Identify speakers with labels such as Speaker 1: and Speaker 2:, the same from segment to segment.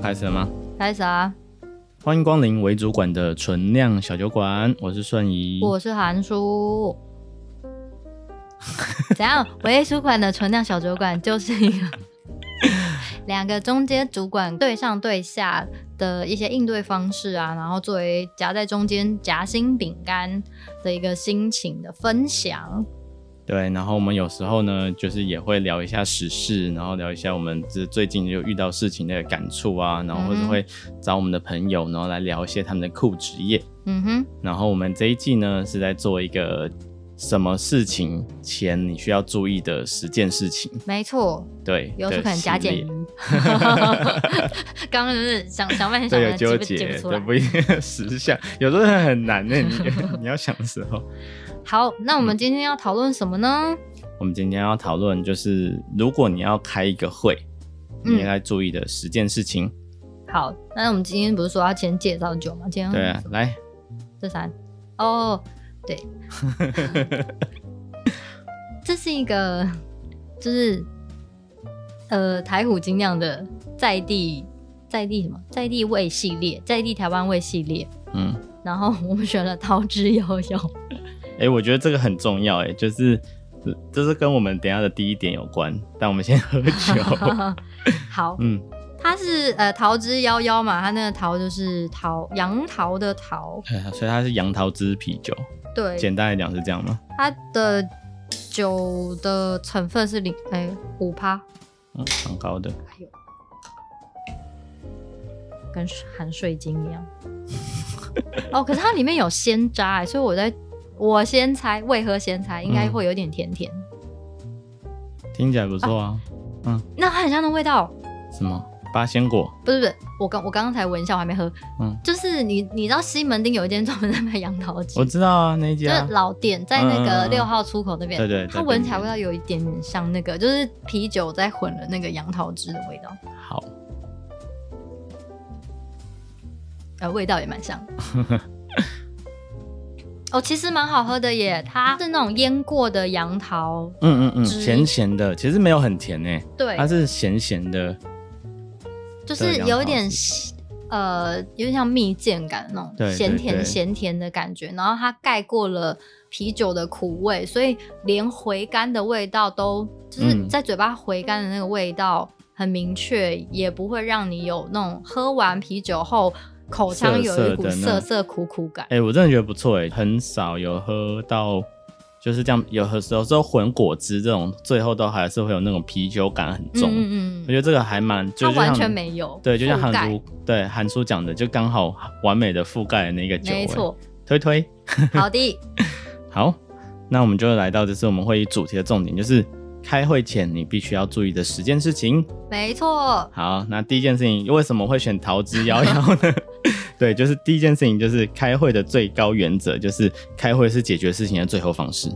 Speaker 1: 开始了吗？
Speaker 2: 开始啊！
Speaker 1: 欢迎光临为主管的纯酿小酒馆，我是顺仪。
Speaker 2: 我是韩叔。 怎样？为主管的存量小酒馆就是一 个两个中间主管对上对下的一些应对方式啊，然后作为夹在中间夹心饼干的一个心情的分享。
Speaker 1: 对，然后我们有时候呢，就是也会聊一下时事，然后聊一下我们这最近有遇到事情的感触啊，然后或者
Speaker 2: 嗯
Speaker 1: 会找我们的朋友，然后来聊一些他们的酷职业。
Speaker 2: 嗯哼，
Speaker 1: 然后我们这一季呢，是在做一个什么事情前你需要注意的十件事情。
Speaker 2: 没错，
Speaker 1: 对，
Speaker 2: 有
Speaker 1: 的
Speaker 2: 时候可能加
Speaker 1: 系
Speaker 2: 减
Speaker 1: 列
Speaker 2: 一。 刚刚就是想想半天想
Speaker 1: 对，有
Speaker 2: 半天
Speaker 1: 纠
Speaker 2: 不
Speaker 1: 结，
Speaker 2: 解不出
Speaker 1: 对，
Speaker 2: 来。
Speaker 1: 不一定十项，有时候很难呢。你 你要想的时候，
Speaker 2: 好，那
Speaker 1: 嗯
Speaker 2: 我们今天要讨论什么呢？
Speaker 1: 我们今天要讨论就是，如果你要开一个会，
Speaker 2: 嗯
Speaker 1: 你应该注意的十件事情。
Speaker 2: 好，那我们今天不是说要先介绍酒吗？今天
Speaker 1: 对啊，来，
Speaker 2: 这三哦， 对，这是一个就是呃台虎精酿的在地在地什么在地味系列，在地台湾味系列。
Speaker 1: 嗯，
Speaker 2: 然后我们选了桃之夭夭，
Speaker 1: 哎、我觉得这个很重要，哎，就是这是跟我们等一下的第一点有关，但我们先喝 酒。
Speaker 2: 好，
Speaker 1: 嗯，
Speaker 2: 它是呃桃之夭夭嘛，它那个桃就是桃杨桃的桃，
Speaker 1: 哎所以它是杨桃汁啤酒，
Speaker 2: 对，
Speaker 1: 简单来讲是这样吗？
Speaker 2: 它的酒的成分是零哎五趴，
Speaker 1: 嗯，蛮高的。
Speaker 2: 跟含水晶一样。哦，可是它里面有鲜渣、欸，所以我在我先猜，为何先猜应该会有点甜甜，
Speaker 1: 听起来不错啊。
Speaker 2: 那很香的味道。
Speaker 1: 什么八仙果？
Speaker 2: 不是不是，我刚我刚刚才闻一下，我还没喝。
Speaker 1: 嗯
Speaker 2: 就是你你知道西门町有一间专门在卖杨桃汁
Speaker 1: 我，知道啊，那一
Speaker 2: 就
Speaker 1: 家
Speaker 2: 是。老店，在那
Speaker 1: 嗯嗯嗯
Speaker 2: 个
Speaker 1: 嗯
Speaker 2: 六号出口那边。
Speaker 1: 对对
Speaker 2: 它
Speaker 1: 在
Speaker 2: 闻
Speaker 1: 边
Speaker 2: 起来味道有一点点像那个，就是啤酒再混了那个杨桃汁的味道，
Speaker 1: 好，
Speaker 2: 呃，味道也蛮像的。 哦，其实蛮好喝的耶，它是那种腌过的杨桃，
Speaker 1: 嗯嗯嗯，
Speaker 2: 汁
Speaker 1: 咸咸的，其实没有很甜诶，
Speaker 2: 对，
Speaker 1: 它是咸咸的，
Speaker 2: 就是有一点咸呃，有点像蜜饯感那
Speaker 1: 对
Speaker 2: 种
Speaker 1: 对
Speaker 2: 咸
Speaker 1: 对
Speaker 2: 甜咸甜的感觉，然后它盖过了啤酒的苦味，所以连回甘的味道都就是
Speaker 1: 嗯
Speaker 2: 在嘴巴回甘的那个味道很明确，也不会让你有那种喝完啤酒后口腔
Speaker 1: 涩
Speaker 2: 有
Speaker 1: 涩
Speaker 2: 一股
Speaker 1: 的那种
Speaker 2: 涩涩苦苦感。
Speaker 1: 哎、我真的觉得不错哎、很少有喝到就是这样，有有时候混果汁这种，最后都还是会有那种啤酒感很重。
Speaker 2: 嗯嗯
Speaker 1: 我
Speaker 2: 嗯，
Speaker 1: 觉得这个还蛮，就
Speaker 2: 它
Speaker 1: 就像
Speaker 2: 完全没有，
Speaker 1: 对，就像
Speaker 2: 覆盖
Speaker 1: 韩叔对韩叔讲的，就刚好完美的覆盖了那个酒味。
Speaker 2: 没，错，
Speaker 1: 推推
Speaker 2: 好的，
Speaker 1: 好，那我们就来到这次我们会议主题的重点，就是开会前你必须要注意的十件事情。
Speaker 2: 没错，
Speaker 1: 好，那第一件事情为什么会选桃之夭夭呢？ 对，就是第一件事情就是开会的最高原则，就是开会是解决事情的最后方式。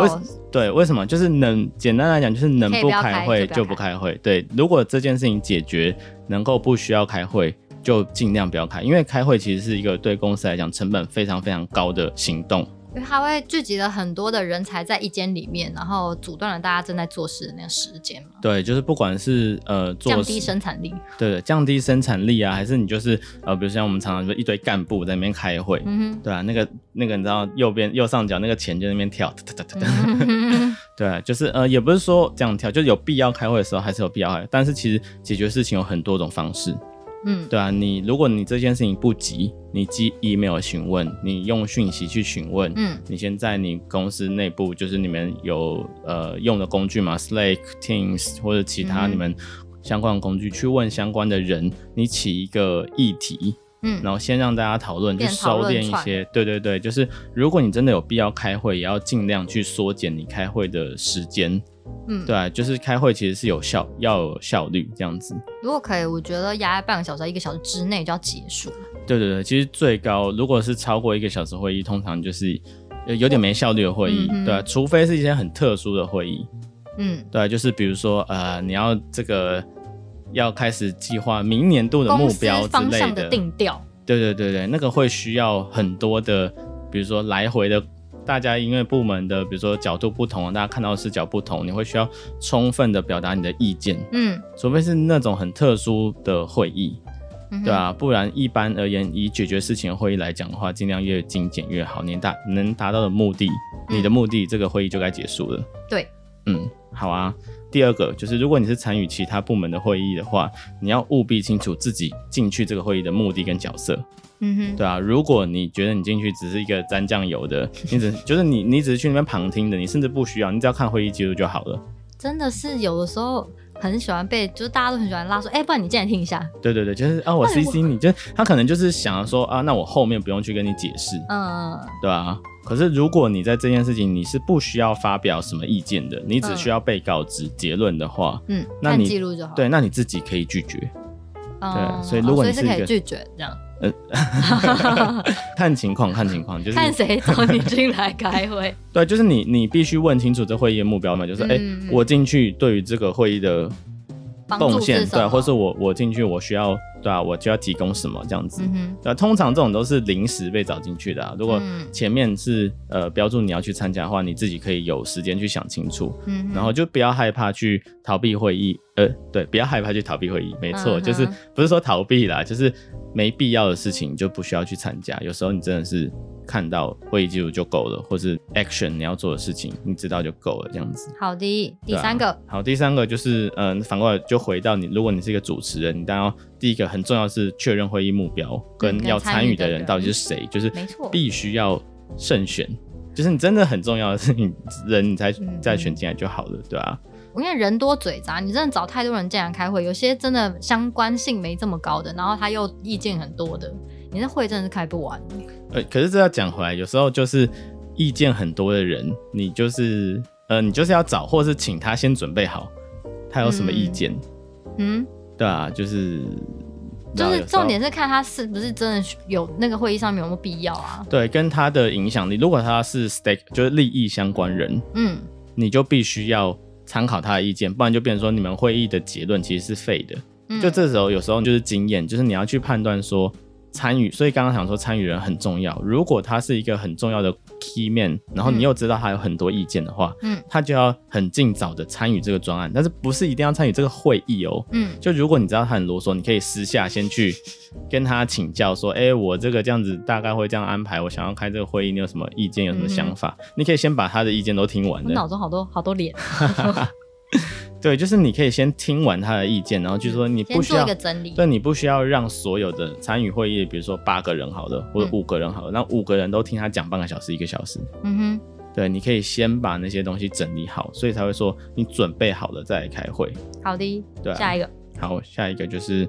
Speaker 1: 为什
Speaker 2: 哦，
Speaker 1: 对，为什么？就是能简单来讲，就是能
Speaker 2: 可以
Speaker 1: 不
Speaker 2: 不要
Speaker 1: 开
Speaker 2: 开
Speaker 1: 会
Speaker 2: 就不要
Speaker 1: 就不开会。对，如果这件事情解决能够不需要开会，就尽量不要开，因为开会其实是一个对公司来讲成本非常非常高的行动。
Speaker 2: 因为它会聚集了很多的人才在一间里面，然后阻断了大家正在做事的那个时间嘛，
Speaker 1: 对，就是不管是呃做
Speaker 2: 降低
Speaker 1: 事
Speaker 2: 生产力。
Speaker 1: 对的降低生产力啊，还是你就是呃，比如像我们常常就一堆干部在那边开会，
Speaker 2: 嗯
Speaker 1: 对啊，那个那个你知道右边右上角那个钱就在那边跳，哒哒哒
Speaker 2: 哼，
Speaker 1: 哒哒
Speaker 2: 嗯哼
Speaker 1: 对啊，就是呃也不是说这样跳，就是有必要开会的时候还是有必要开，但是其实解决事情有很多种方式，
Speaker 2: 嗯，
Speaker 1: 对啊，你如果你这件事情不急，你寄 email 询问，你用讯息去询问，
Speaker 2: 嗯，
Speaker 1: 你先在你公司内部，就是你们有呃用的工具嘛，Slack、Teams 或者其他
Speaker 2: 嗯哼
Speaker 1: 你们相关的工具，去问相关的人，你起一个议题，
Speaker 2: 嗯
Speaker 1: 然后先让大家讨论，去
Speaker 2: 变讨
Speaker 1: 收
Speaker 2: 论
Speaker 1: 敛一
Speaker 2: 串
Speaker 1: 些。对对对，就是如果你真的有必要开会，也要尽量去缩减你开会的时间。
Speaker 2: 嗯
Speaker 1: 对、啊，就是开会其实是有效，要有效率这样子。
Speaker 2: 如果可以，我觉得压在半个小时到一个小时之内就要结束了。
Speaker 1: 对对对，其实最高如果是超过一个小时会议，通常就是呃有点没效率的会议，
Speaker 2: 嗯哼
Speaker 1: 对啊，除非是一些很特殊的会议，
Speaker 2: 嗯，
Speaker 1: 对啊、就是比如说呃，你要这个要开始计划明年度的目
Speaker 2: 公司
Speaker 1: 标之
Speaker 2: 方
Speaker 1: 类
Speaker 2: 向
Speaker 1: 的，
Speaker 2: 定调，
Speaker 1: 对对对对，那个会需要很多的，比如说来回的大家因为部门的比如说角度不同，大家看到的视角不同，你会需要充分的表达你的意见，
Speaker 2: 嗯，
Speaker 1: 除非是那种很特殊的会议，
Speaker 2: 嗯哼
Speaker 1: 对啊，不然一般而言，以解决事情的会议来讲的话，尽量越精简越好，你达能达到的目的，你的目的，这个会议就该结束了。
Speaker 2: 对，
Speaker 1: 嗯，好啊。第二个就是，如果你是参与其他部门的会议的话，你要务必清楚自己进去这个会议的目的跟角色，
Speaker 2: 嗯哼，
Speaker 1: 对啊。如果你觉得你进去只是一个沾酱油 的，你只就是你你只是去那边旁听的，你甚至不需要，你只要看会议记录就好了。
Speaker 2: 真的是有的时候很喜欢被，就是大家都很喜欢拉说，哎、不然你进来听一下，
Speaker 1: 对对对，就是啊，我
Speaker 2: 哎我
Speaker 1: CC 你，就他可能就是想要说啊，那我后面不用去跟你解释，
Speaker 2: 嗯，
Speaker 1: 对啊。可是如果你在这件事情你是不需要发表什么意见的，你只
Speaker 2: 嗯
Speaker 1: 需要被告知结论的话，
Speaker 2: 嗯，
Speaker 1: 那
Speaker 2: 看
Speaker 1: 你
Speaker 2: 记录就好。
Speaker 1: 对，那你自己可以拒绝。
Speaker 2: 嗯，
Speaker 1: 对所以如果
Speaker 2: 哦
Speaker 1: 你
Speaker 2: 所
Speaker 1: 是
Speaker 2: 以
Speaker 1: 一
Speaker 2: 可以
Speaker 1: 个
Speaker 2: 拒绝这样，
Speaker 1: 看情况，看情况，就是
Speaker 2: 看谁找你进来开会。
Speaker 1: 对，就是你你必须问清楚这会议的目标嘛，就是哎、
Speaker 2: 嗯嗯
Speaker 1: 我进去对于这个会议的
Speaker 2: 帮助
Speaker 1: 贡献
Speaker 2: 是，什
Speaker 1: 对，
Speaker 2: 么
Speaker 1: 或是我我进去我需要对啊，我就要提供什么这样子。
Speaker 2: 嗯哼，
Speaker 1: 那通常这种都是临时被找进去的、啊，如果
Speaker 2: 嗯
Speaker 1: 前面是呃标注你要去参加的话，你自己可以有时间去想清楚，
Speaker 2: 嗯哼，
Speaker 1: 然后就不要害怕去逃避会议，呃，对，不要害怕去逃避会议，没错，
Speaker 2: 嗯哼
Speaker 1: 就是不是说逃避啦，就是没必要的事情就不需要去参加。有时候你真的是看到会议记录就够了，或是 action 你要做的事情，你知道就够了，这样子。
Speaker 2: 好的，第
Speaker 1: 对啊
Speaker 2: 三个，
Speaker 1: 好，第三个就是，嗯、反过来就回到你，如果你是一个主持人，你当然要第一个很重要的是确认会议目标跟
Speaker 2: 嗯跟
Speaker 1: 要
Speaker 2: 参
Speaker 1: 参
Speaker 2: 与
Speaker 1: 与的
Speaker 2: 的
Speaker 1: 人
Speaker 2: 人嗯
Speaker 1: 到底是谁，就是
Speaker 2: 没错
Speaker 1: 必须要慎选，就是你真的很重要的是你人你才
Speaker 2: 嗯
Speaker 1: 再选进来就好了，对吧、啊
Speaker 2: 因为人多嘴杂，你真的找太多人进来开会，有些真的相关性没这么高的，然后他又意见很多的，你那会真的是开不完。
Speaker 1: 呃，可是这要讲回来，有时候就是意见很多的人，你就是呃，你就是要找，或是请他先准备好，他有什么意见，
Speaker 2: 嗯，
Speaker 1: 对啊，就是
Speaker 2: 就
Speaker 1: 你
Speaker 2: 是重。
Speaker 1: 知道有
Speaker 2: 点
Speaker 1: 时候
Speaker 2: 是看他是不是真的有那个会议上面有没有必要啊？
Speaker 1: 对，跟他的影响力，如果他是 stake 就是利益相关人，
Speaker 2: 嗯，
Speaker 1: 你就必须要参考他的意见，不然就变成说你们会议的结论其实是废的。
Speaker 2: 嗯
Speaker 1: 就这时候有时候就是经验，就是你要去判断说参与，所以刚刚想说参与人很重要。如果他是一个很重要的 key man，然后
Speaker 2: 嗯
Speaker 1: 你又知道他有很多意见的话，
Speaker 2: 嗯，
Speaker 1: 他就要很尽早的参与这个专案，但是不是一定要参与这个会议哦。
Speaker 2: 嗯
Speaker 1: 就如果你知道他很啰嗦，你可以私下先去跟他请教说，哎、我这个这样子大概会这样安排，我想要开这个会议，你有什么意见，有什么想法？你可以先把他的意见都听完
Speaker 2: 嗯我
Speaker 1: 的，
Speaker 2: 脑中好多好多脸，
Speaker 1: 对，就是你可以先听完他的意见，然后就说你
Speaker 2: 先
Speaker 1: 不需
Speaker 2: 做一
Speaker 1: 要
Speaker 2: 个整理。
Speaker 1: 对，你不需要让所有的参与会议，比如说八个人好了，或者
Speaker 2: 嗯
Speaker 1: 五个人好了，那五个人都听他讲半个小时、一个小时。
Speaker 2: 嗯
Speaker 1: 对，你可以先把那些东西整理好，所以才会说你准备好了再来开会。
Speaker 2: 哼，好的，
Speaker 1: 对啊
Speaker 2: 下一个
Speaker 1: 好，下一个就是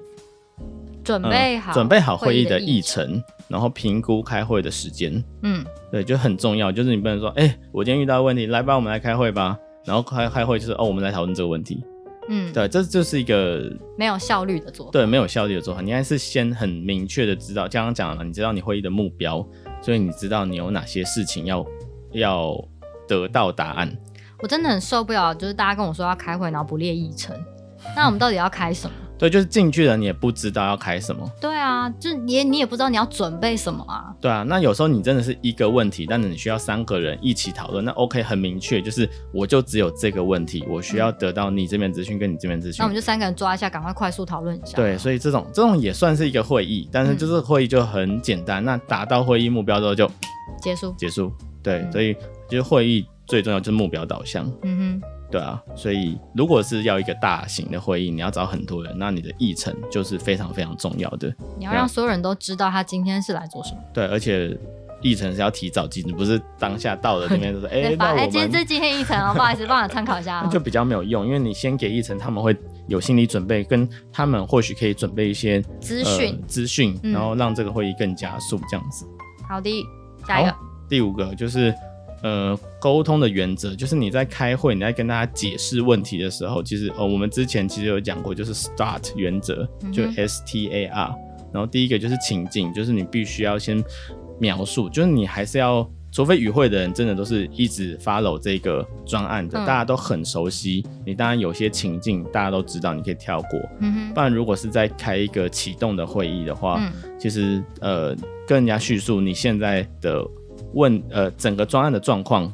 Speaker 2: 准
Speaker 1: 嗯
Speaker 2: 备好
Speaker 1: 准备好会议的
Speaker 2: 议
Speaker 1: 议，程，然后评估开会的时间。
Speaker 2: 嗯，
Speaker 1: 对，就很重要，就是你不能说，哎、我今天遇到问题，来吧，我们来开会吧。然后开开会就是哦，我们来讨论这个问题。
Speaker 2: 嗯，
Speaker 1: 对，这就是一个
Speaker 2: 没有效率的做法。
Speaker 1: 对，没有效率的做法，你应该是先很明确的知道，刚刚讲了嘛，你知道你会议的目标，所以你知道你有哪些事情要要得到答案。
Speaker 2: 我真的很受不了，就是大家跟我说要开会，然后不列议程。那我们到底要开什么？
Speaker 1: 对，就是进去了，你也不知道要开什么。
Speaker 2: 对啊，就你也你也不知道你要准备什么啊。
Speaker 1: 对啊，那有时候你真的是一个问题，但是你需要三个人一起讨论，那 OK，很明确，就是我就只有这个问题，我需要得到你这边资讯跟你这边资讯
Speaker 2: 嗯那我。们就三个人抓一下，赶快快速讨论一下。
Speaker 1: 对，所以这种这种也算是一个会议，但是
Speaker 2: 嗯
Speaker 1: 就是会议就很简单，那达到会议目标之后就
Speaker 2: 结束。
Speaker 1: 结束。对，
Speaker 2: 嗯
Speaker 1: 所以就是会议最重要就是目标导向。
Speaker 2: 嗯
Speaker 1: 对啊，所以如果是要一个大型的会议，你要找很多人，那你的议程就是非常非常重要的。
Speaker 2: 哼，你要让所有人都知道他今天是来做什么。
Speaker 1: 对，而且议程是要提早进，不是当下到了那边 就说，哎、
Speaker 2: 对吧？
Speaker 1: 那
Speaker 2: 哎，
Speaker 1: 我
Speaker 2: 今天这
Speaker 1: 们
Speaker 2: 今天议程 啊，不好意思，帮我参考一下
Speaker 1: 那
Speaker 2: 啊
Speaker 1: 就。比较没有用，因为你先给议程，他们会有心理准备，跟他们或许可以准备一些
Speaker 2: 资讯
Speaker 1: 呃资讯，
Speaker 2: 嗯
Speaker 1: 然后让这个会议更加速这样子。
Speaker 2: 好的，下一个
Speaker 1: 好。第五个就是呃沟通的原则，就是你在开会，你在跟大家解释问题的时候，其实呃我们之前其实有讲过，就是 START 原则，
Speaker 2: 嗯哼
Speaker 1: 就 S T A R。然后第一个就是情境，就是你必须要先描述，就是你还是要。除非与会的人真的都是一直 follow 这个专案的，
Speaker 2: 嗯
Speaker 1: 大家都很熟悉，你当然有些情境大家都知道，你可以跳过。
Speaker 2: 嗯
Speaker 1: 不然如果是在开一个启动的会议的话，
Speaker 2: 哼，嗯
Speaker 1: 其实呃，跟人家叙述你现在的问呃整个专案的状况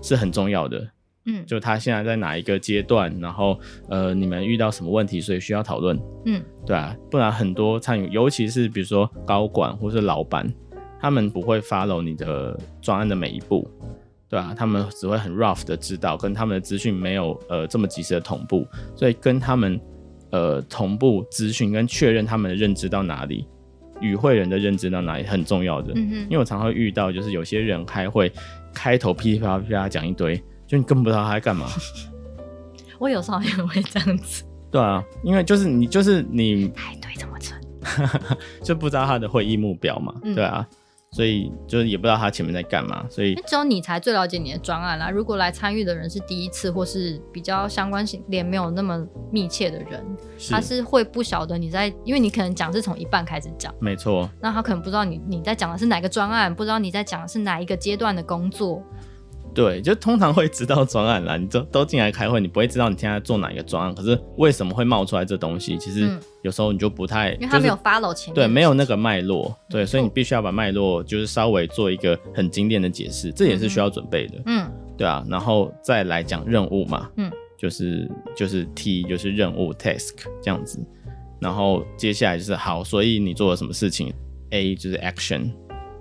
Speaker 1: 是很重要的，
Speaker 2: 嗯
Speaker 1: 就他现在在哪一个阶段，然后呃你们遇到什么问题，所以需要讨论，
Speaker 2: 嗯
Speaker 1: 对啊，不然很多参与，尤其是比如说高管或是老板，他们不会 follow 你的专案的每一步，对啊，他们只会很 rough 的知道，跟他们的资讯没有呃这么及时的同步，所以跟他们呃同步资讯跟确认他们的认知到哪里，与会人的认知到哪里很重要的，
Speaker 2: 嗯
Speaker 1: 因
Speaker 2: 哼，
Speaker 1: 为我常会遇到，就是有些人开会开头噼里啪啦噼里啪啦讲一堆，就你根本不知道他在干嘛，
Speaker 2: 我有时候也会这样子。
Speaker 1: 对啊，因为就是你就是你
Speaker 2: 排队这么蠢，
Speaker 1: 就不知道他的会议目标嘛，
Speaker 2: 嗯
Speaker 1: 对啊，所以就是也不知道他前面在干嘛，所以
Speaker 2: 因为只有你才最了解你的专案啦。啊如果来参与的人是第一次或是比较相关性连没有那么密切的人，
Speaker 1: 是
Speaker 2: 他是会不晓得你在，因为你可能讲是从一半开始讲，
Speaker 1: 没错，
Speaker 2: 那他可能不知道你你在讲的是哪个专案，不知道你在讲的是哪一个阶段的工作。
Speaker 1: 对，就通常会知道专案啦，你都都进来开会，你不会知道你现在在做哪一个专案，可是为什么会冒出来这东西，其实
Speaker 2: 嗯
Speaker 1: 有时候你就不太，
Speaker 2: 因为他
Speaker 1: 就是
Speaker 2: 没有 follow 前面、嗯
Speaker 1: 对，没有那个脉络，对，
Speaker 2: 没
Speaker 1: 所以你
Speaker 2: 错
Speaker 1: 必须要把脉络就是稍微做一个很精炼的解释，这也是需要准备的，
Speaker 2: 嗯
Speaker 1: 对啊，然后再来讲任务嘛，
Speaker 2: 嗯，
Speaker 1: 就是就是 T 就是任务 task 这样子，然后接下来就是好，所以你做了什么事情，A 就是 action，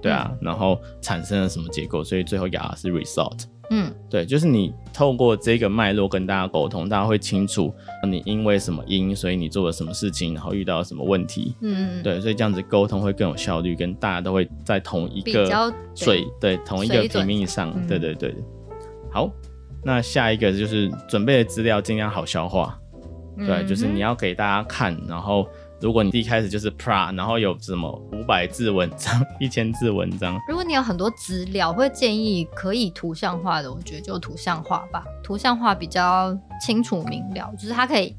Speaker 1: 对啊，
Speaker 2: 嗯
Speaker 1: 然后产生了什么结果，所以最后一个 R 是 result，
Speaker 2: 嗯
Speaker 1: 对，就是你透过这个脉络跟大家沟通，大家会清楚你因为什么因，所以你做了什么事情，然后遇到了什么问题，
Speaker 2: 嗯，嗯，
Speaker 1: 对，所以这样子沟通会更有效率，跟大家都会在同一
Speaker 2: 比
Speaker 1: 个
Speaker 2: 较
Speaker 1: 水对同一个
Speaker 2: 水准
Speaker 1: 平面上，
Speaker 2: 嗯
Speaker 1: 对对对。好，那下一个就是准备的资料尽量好消化，对，就是你
Speaker 2: 要
Speaker 1: 要给大家看，然后如果你一开始就是 pra，然后有什么五百字文章、 一千字文章，
Speaker 2: 如果你有很多资料，会建议可以图像化的，我觉得就图像化吧。图像化比较清楚明了，就是它可以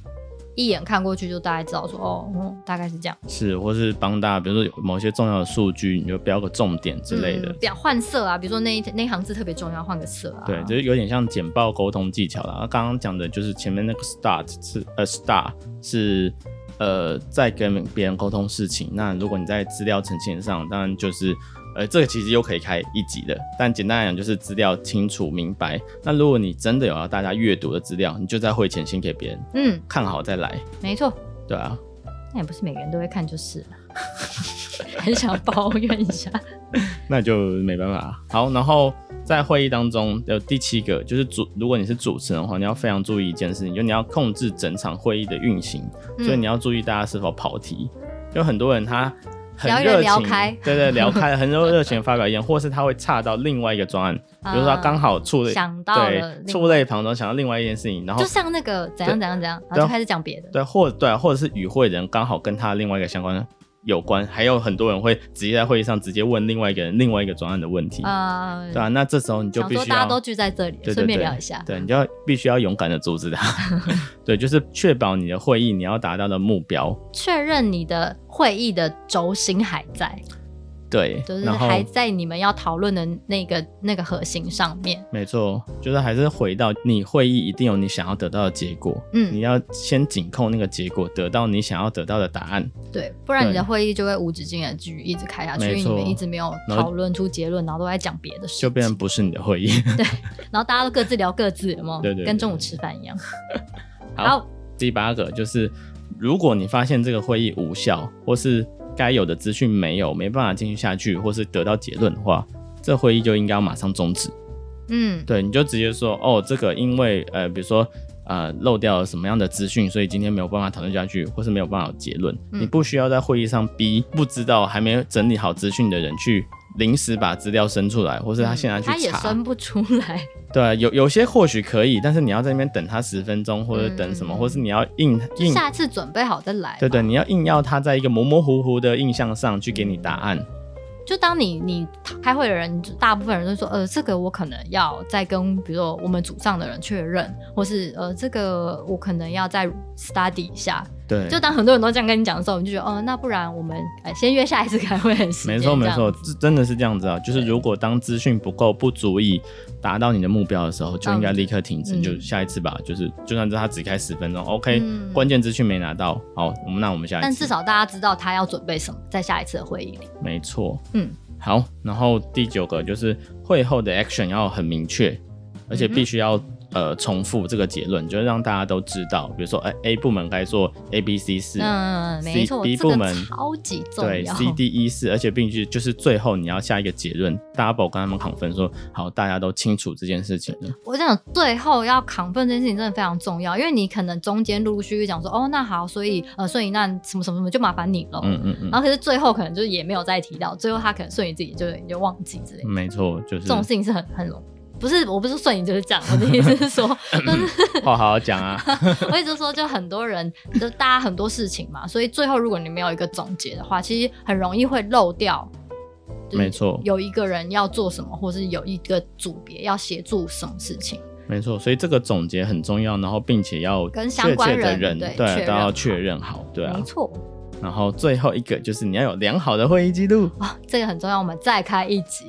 Speaker 2: 一眼看过去就大概知道说，哦，嗯大概是这样
Speaker 1: 是或是帮大家，比如说有某些重要的数据，你就标个重点之类的。
Speaker 2: 嗯比较换色啊，比如说那一那一行字特别重要，换个色啊。
Speaker 1: 对，就是有点像简报沟通技巧啦。那刚刚讲的就是前面那个 start 是呃 star 是呃在跟别人沟通事情。那如果你在资料呈现上，当然就是呃这个其实又可以开一集的。但简单来讲，就是资料清楚明白。那如果你真的有要大家阅读的资料，你就在会前先给别人
Speaker 2: 嗯，
Speaker 1: 看好再来，
Speaker 2: 没错，
Speaker 1: 对啊。
Speaker 2: 那也不是每个人都会看就是了。 很想抱怨一下，
Speaker 1: 那就没办法。好，然后在会议当中的第七个就是主，如果你是主持人的话，你要非常注意一件事情，就你要控制整场会议的运行，
Speaker 2: 嗯
Speaker 1: 所以你要注意大家是否跑题。有很多人他很
Speaker 2: 聊一
Speaker 1: 热
Speaker 2: 聊
Speaker 1: 情，
Speaker 2: 聊开
Speaker 1: 对对，聊开，很热热情地发表意见，或是他会岔到另外一个专 案，比如说他刚好触类、
Speaker 2: 嗯想到了另外
Speaker 1: 对触类旁通，想到另外一件事情，然后
Speaker 2: 就像那个怎样怎样怎样，然
Speaker 1: 对
Speaker 2: 后
Speaker 1: 啊
Speaker 2: 就开始讲别的。
Speaker 1: 对，或对啊，或者是与会人刚好跟他另外一个相关有关，还有很多人会直接在会议上直接问另外一个人另外一个专案的问题。
Speaker 2: 呃，
Speaker 1: 对啊，那这时候你就
Speaker 2: 想
Speaker 1: 必
Speaker 2: 说
Speaker 1: 须
Speaker 2: 大家
Speaker 1: 要
Speaker 2: 都聚在这里，
Speaker 1: 对对
Speaker 2: 顺便
Speaker 1: 对
Speaker 2: 聊一下。
Speaker 1: 对，你就要必须要勇敢的阻止他。 对，就是确保你的会议你要达到的目标。
Speaker 2: 确认你的会议的轴心还在，
Speaker 1: 对，
Speaker 2: 就是
Speaker 1: 然后
Speaker 2: 还在你们要讨论的那个那个核心上面。
Speaker 1: 没错，就是还是回到你会议一定有你想要得到的结果，你
Speaker 2: 嗯，
Speaker 1: 要先紧扣那个结果，得到你想要得到的答案。
Speaker 2: 对，不然
Speaker 1: 对
Speaker 2: 你的会议就会无止境的继续一直开下去，
Speaker 1: 没
Speaker 2: 因为你
Speaker 1: 错
Speaker 2: 们一直没有
Speaker 1: 然后
Speaker 2: 讨论出结论，然后都在讲别的事
Speaker 1: 就变成
Speaker 2: 情，
Speaker 1: 不是你的会议。
Speaker 2: 然后大家都各自聊各自，有没有？
Speaker 1: 对对对
Speaker 2: 跟中午吃饭一样。
Speaker 1: 好，第八个就是，如果你发现这个会议无效，或是该有的资讯没有，没办法进行下去，或是得到结论的话，这会议就应该要马上终止。
Speaker 2: 嗯
Speaker 1: 对，你就直接说哦，这个因为呃，比如说呃漏掉了什么样的资讯，所以今天没有办法讨论下去，或是没有办法有结论。
Speaker 2: 嗯
Speaker 1: 你不需要在会议上逼不知道还没整理好资讯的人去临时把资料生出来，或是他现在去
Speaker 2: 嗯他也
Speaker 1: 查。
Speaker 2: 生不出 来，
Speaker 1: 对，啊有有些或许可以，但是你要在那边等他十分钟，或者等什么，
Speaker 2: 嗯
Speaker 1: 或是你要硬
Speaker 2: 就
Speaker 1: 硬。
Speaker 2: 下次准备好再来。
Speaker 1: 对对，，你要硬要他在一个模模糊糊的印象上去给你答案，
Speaker 2: 就当你你开会的人，大部分人都说，呃，这个我可能要再跟，比如说我们组上的人确认，或是呃，这个我可能要再 study 一下。
Speaker 1: 对，
Speaker 2: 就当很多人都这样跟你讲的时候，你就觉得，哦、那不然我们呃先约下一次开会的时间。
Speaker 1: 没错
Speaker 2: 这
Speaker 1: 没
Speaker 2: 样
Speaker 1: 错，，这真的是这样子啊。就是如果当资讯不够、不足以达到你的目标的时候，就应该立刻停止，
Speaker 2: 嗯
Speaker 1: 就下一次吧。就是就算是他只开十分钟，OK，、
Speaker 2: 嗯
Speaker 1: 关键资讯没拿到，好，我们那我们下一次。
Speaker 2: 但至少大家知道他要准备什么，在下一次的会议里。
Speaker 1: 没错，
Speaker 2: 嗯，
Speaker 1: 好，然后第九个就是会后的 action 要很明确，而且
Speaker 2: 嗯哼
Speaker 1: 必须要、呃重复这个结论，就是让大家都知道，比如说，哎、a 部门该做 A B C 四、
Speaker 2: 嗯，没错，
Speaker 1: C B
Speaker 2: 这
Speaker 1: 部
Speaker 2: 个
Speaker 1: 门
Speaker 2: 超级重
Speaker 1: 对
Speaker 2: 要。
Speaker 1: C D E 四，而且并且就是最后你要下一个结论，double 跟他们扛分说，好，大家都清楚这件事情了。
Speaker 2: 我讲最后要扛分这件事情真的非常重要，因为你可能中间陆陆续续讲说，哦，那好，所以呃，所以那什么什么什么就麻烦你了。
Speaker 1: 嗯嗯嗯，
Speaker 2: 然后可是最后可能就是也没有再提到，最后他可能顺你自己就你就忘记之类的。
Speaker 1: 没错，嗯就是
Speaker 2: 这种事情是很很容不是，我不是说顺你就是这样，我的意思是说，
Speaker 1: 话好好讲 啊。
Speaker 2: 我一直说，就很多人，就大家很多事情嘛，所以最后如果你没有一个总结的话，其实很容易会漏掉。就是
Speaker 1: 没错
Speaker 2: 有一个人要做什么，或是有一个组别要协助什么事情，
Speaker 1: 没错，所以这个总结很重要，然后并且要
Speaker 2: 跟
Speaker 1: 确
Speaker 2: 相关
Speaker 1: 切的
Speaker 2: 人对
Speaker 1: 对
Speaker 2: 确认
Speaker 1: 都要
Speaker 2: 好
Speaker 1: 确认好，对啊
Speaker 2: 没。错，
Speaker 1: 然后最后一个就是你要有良好的会议记录，
Speaker 2: 这个很重要。我们再开一集，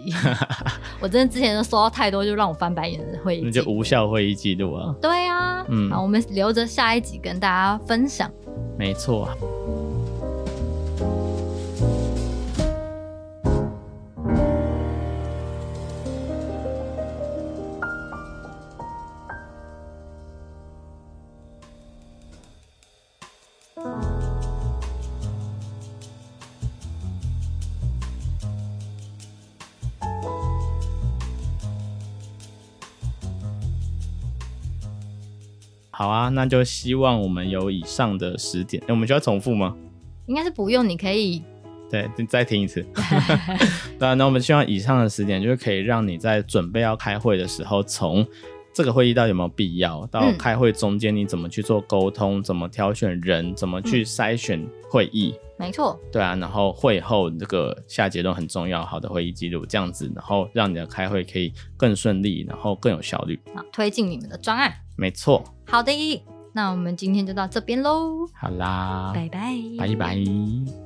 Speaker 2: 我真的之前都收到太多就让我翻白眼的会议
Speaker 1: 那
Speaker 2: 记
Speaker 1: 就无效会议记录啊。
Speaker 2: 对啊，
Speaker 1: 嗯
Speaker 2: 好，我们留着下一集跟大家分享。
Speaker 1: 没错，啊好啊，那就希望我们有以上的十点。诶我们需要重复吗？
Speaker 2: 应该是不用，你可以
Speaker 1: 对，再听一次。 对啊，那我们希望以上的十点就是可以让你在准备要开会的时候，从这个会议到底有没有必要，到
Speaker 2: 嗯
Speaker 1: 开会中间你怎么去做沟通，怎么挑选人，怎么去
Speaker 2: 嗯
Speaker 1: 筛选会议。
Speaker 2: 没错，
Speaker 1: 对啊，然后会后这个下结论很重要，好的会议记录这样子，然后让你的开会可以更顺利，然后更有效率。
Speaker 2: 啊，推进你们的专案。
Speaker 1: 没错，
Speaker 2: 好的，那我们今天就到这边喽，
Speaker 1: 好啦，
Speaker 2: 拜拜，
Speaker 1: 拜拜